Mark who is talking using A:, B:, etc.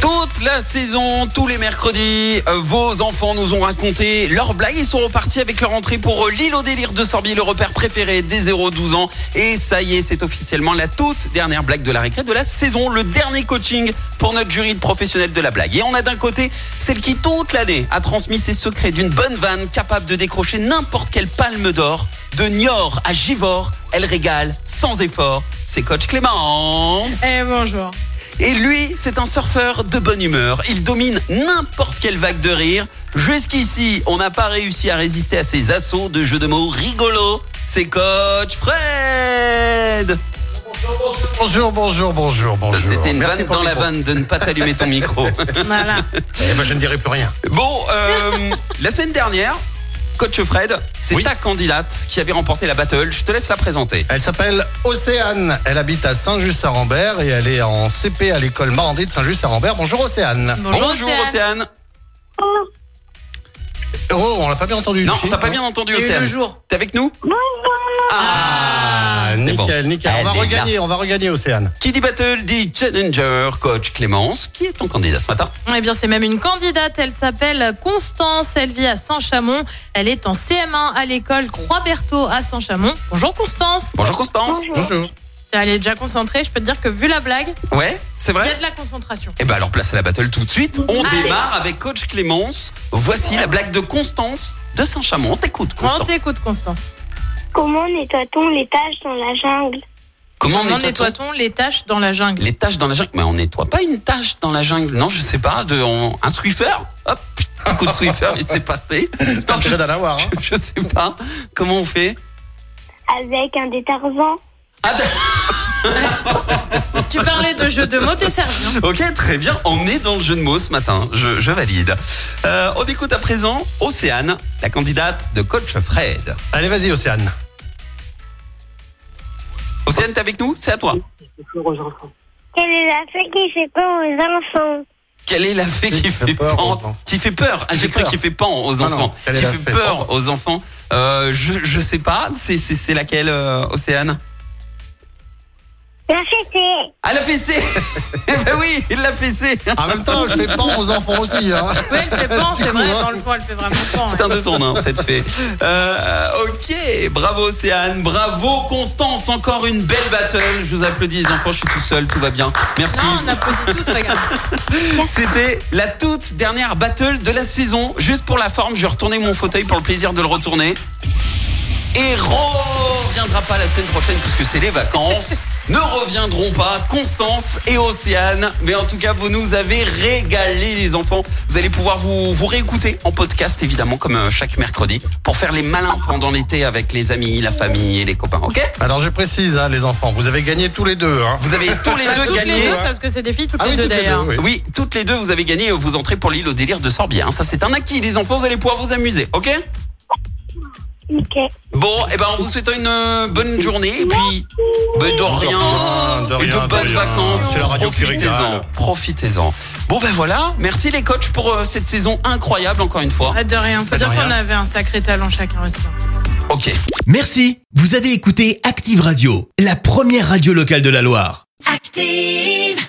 A: Toute la saison, tous les mercredis, euh, vos enfants nous ont raconté leurs blagues. Ils sont repartis avec leur entrée pour euh, l'île au délire de Sorbier, le repère préféré des 0-12 ans. Et ça y est, c'est officiellement la toute dernière blague de la récré de la saison, le dernier coaching pour notre jury de professionnels de la blague. Et on a d'un côté celle qui, toute l'année, a transmis ses secrets d'une bonne vanne capable de décrocher n'importe quelle palme d'or. De Niort à Givor, elle régale sans effort. C'est coach Clémence.
B: Eh bonjour.
A: Et lui, c'est un surfeur de bonne humeur. Il domine n'importe quelle vague de rire. Jusqu'ici, on n'a pas réussi à résister à ses assauts de jeux de mots rigolos. C'est coach Fred
C: Bonjour, bonjour, bonjour, bonjour.
A: C'était une
C: Merci
A: vanne
C: pour
A: dans
C: le
A: la
C: micro.
A: vanne de ne pas t'allumer ton micro.
B: Voilà.
C: Eh ben, je ne dirai plus rien.
A: Bon, euh, la semaine dernière, coach Fred, c'est
C: Oui.
A: ta candidate qui avait remporté la battle. Je te laisse la présenter.
C: Elle s'appelle Océane. Elle habite à Saint-Just-à-Rambert et elle est en CP à l'école Marandé de Saint-Just-à-Rambert. Bonjour Océane.
B: Océane.
A: Océane.
C: Oh, on l'a pas bien entendu.
A: Non,
C: si
A: t'as pas bien entendu
B: Il y a eu
A: Océane.
B: le jour.
A: T'es avec nous Ah,
C: Ah,
A: c'est bon.
C: nickel, nickel. On va
A: Elle est là.
C: regagner, on va regagner Océane.
A: Qui dit battle dit challenger, coach Clémence, qui est ton candidat ce matin.
B: Eh bien, c'est même une candidate. Elle s'appelle Constance. Elle vit à Saint-Chamond. Elle est en CM1 à l'école Croix-Berthaud à Saint-Chamond. Bonjour, Constance.
A: Bonjour Constance.
C: Bonjour.
B: Elle est déjà concentrée. Je peux te dire que vu la blague,
A: Ouais, c'est
B: il y a
A: vrai
B: de la concentration.
A: Eh ben alors place à la battle tout de suite. On
B: Allez.
A: démarre avec coach Clémence. Voici la blague de Constance de Saint-Chamond. On t'écoute
B: On
A: Constance.
B: t'écoute, Constance.
D: Comment nettoie-t-on les tâches dans la jungle
A: Comment
B: Comment
A: nettoie
B: nettoie-t-on les tâches dans la jungle
A: les tâches dans la jungle Mais on nettoie pas une tâche dans la jungle. Non, je sais pas. De, on- un Swiffer Hop, petit coup de Swiffer, il s'est passé.
C: T'as intérêt d'en avoir. hein.
A: je sais pas. Comment on fait
D: Avec un détergent
A: Ah, d'accord.
B: Tu parlais de jeu de mots, t'es servi. hein
A: Ok, très bien. On est dans le jeu de mots ce matin. Je, je valide. Euh, on écoute à présent Océane, la candidate de coach Fred.
C: Allez, vas-y Océane.
A: Océane, t'es avec nous C'est à toi.
D: Quelle est la feuille qui fait peur aux enfants
A: Quelle est la fée qui fait
C: peur aux
A: peur
C: enfants.
A: Qui fait peur Ah, J'ai
C: Qui fait
A: cru
C: peur. Ah
A: qu'il fait pan aux
C: Non, non,
A: enfants.
C: quelle
A: Qui
C: est la
A: fait
C: fée
A: peur
C: Pardon.
A: aux enfants Euh, je, je sais pas. C'est- C'est c'est laquelle, euh, Océane
D: La feuille, c'est
A: Ah, la fessée Eh ben oui, il l'a fessée
C: En même temps, je fais pas aux enfants aussi. Hein.
B: Oui, elle fait pan,
C: Du
B: c'est
C: coup,
B: vrai.
C: hein.
B: Dans le fond, elle fait vraiment hein. pan.
A: C'est un deux tournants, cette fée. Euh, ok, bravo Océane, bravo Constance, encore une belle battle. Je vous applaudis les enfants, je suis tout seul, tout va bien. Merci.
B: Non, on applaudit tous, regarde.
A: C'était la toute dernière battle de la saison. Juste pour la forme, je vais retourner mon fauteuil pour le plaisir de le retourner. Et reviendra pas la semaine prochaine puisque c'est les vacances. Ne reviendront pas Constance et Océane. Mais en tout cas, vous nous avez régalé les enfants. Vous allez pouvoir vous, vous réécouter en podcast, évidemment, comme euh, chaque mercredi, pour faire les malins pendant l'été avec les amis, la famille et les copains. Ok
C: Alors je précise, hein, les enfants, vous avez gagné tous les deux. Hein.
A: Vous avez tous les deux
B: Toutes
A: gagné.
B: les deux, parce que c'est des filles, toutes
C: Ah
B: les
C: oui,
B: deux
C: toutes les deux,
B: d'ailleurs.
C: oui.
A: Oui, toutes les deux, vous avez gagné vous entrez pour l'île au délire de Sorbier. hein. Ça, c'est un acquis. Les enfants, vous allez pouvoir vous amuser, ok
D: Ok.
A: Bon, eh ben, en vous souhaitant une euh, bonne journée et puis ben, de rien,
C: De rien,
A: et
C: de
A: de
C: rien,
A: bonnes
C: de rien.
A: vacances.
C: C'est la radio qui
A: Profitez-en.
C: régale.
A: Profitez-en. Bon, ben voilà. Merci les coachs pour euh, cette saison incroyable, encore une fois.
B: Ah, de rien. Faut
C: de
B: dire
C: rien.
B: qu'on avait un sacré talent chacun aussi.
A: Ok.
E: Merci, vous avez écouté Active Radio, la première radio locale de la Loire.
F: active.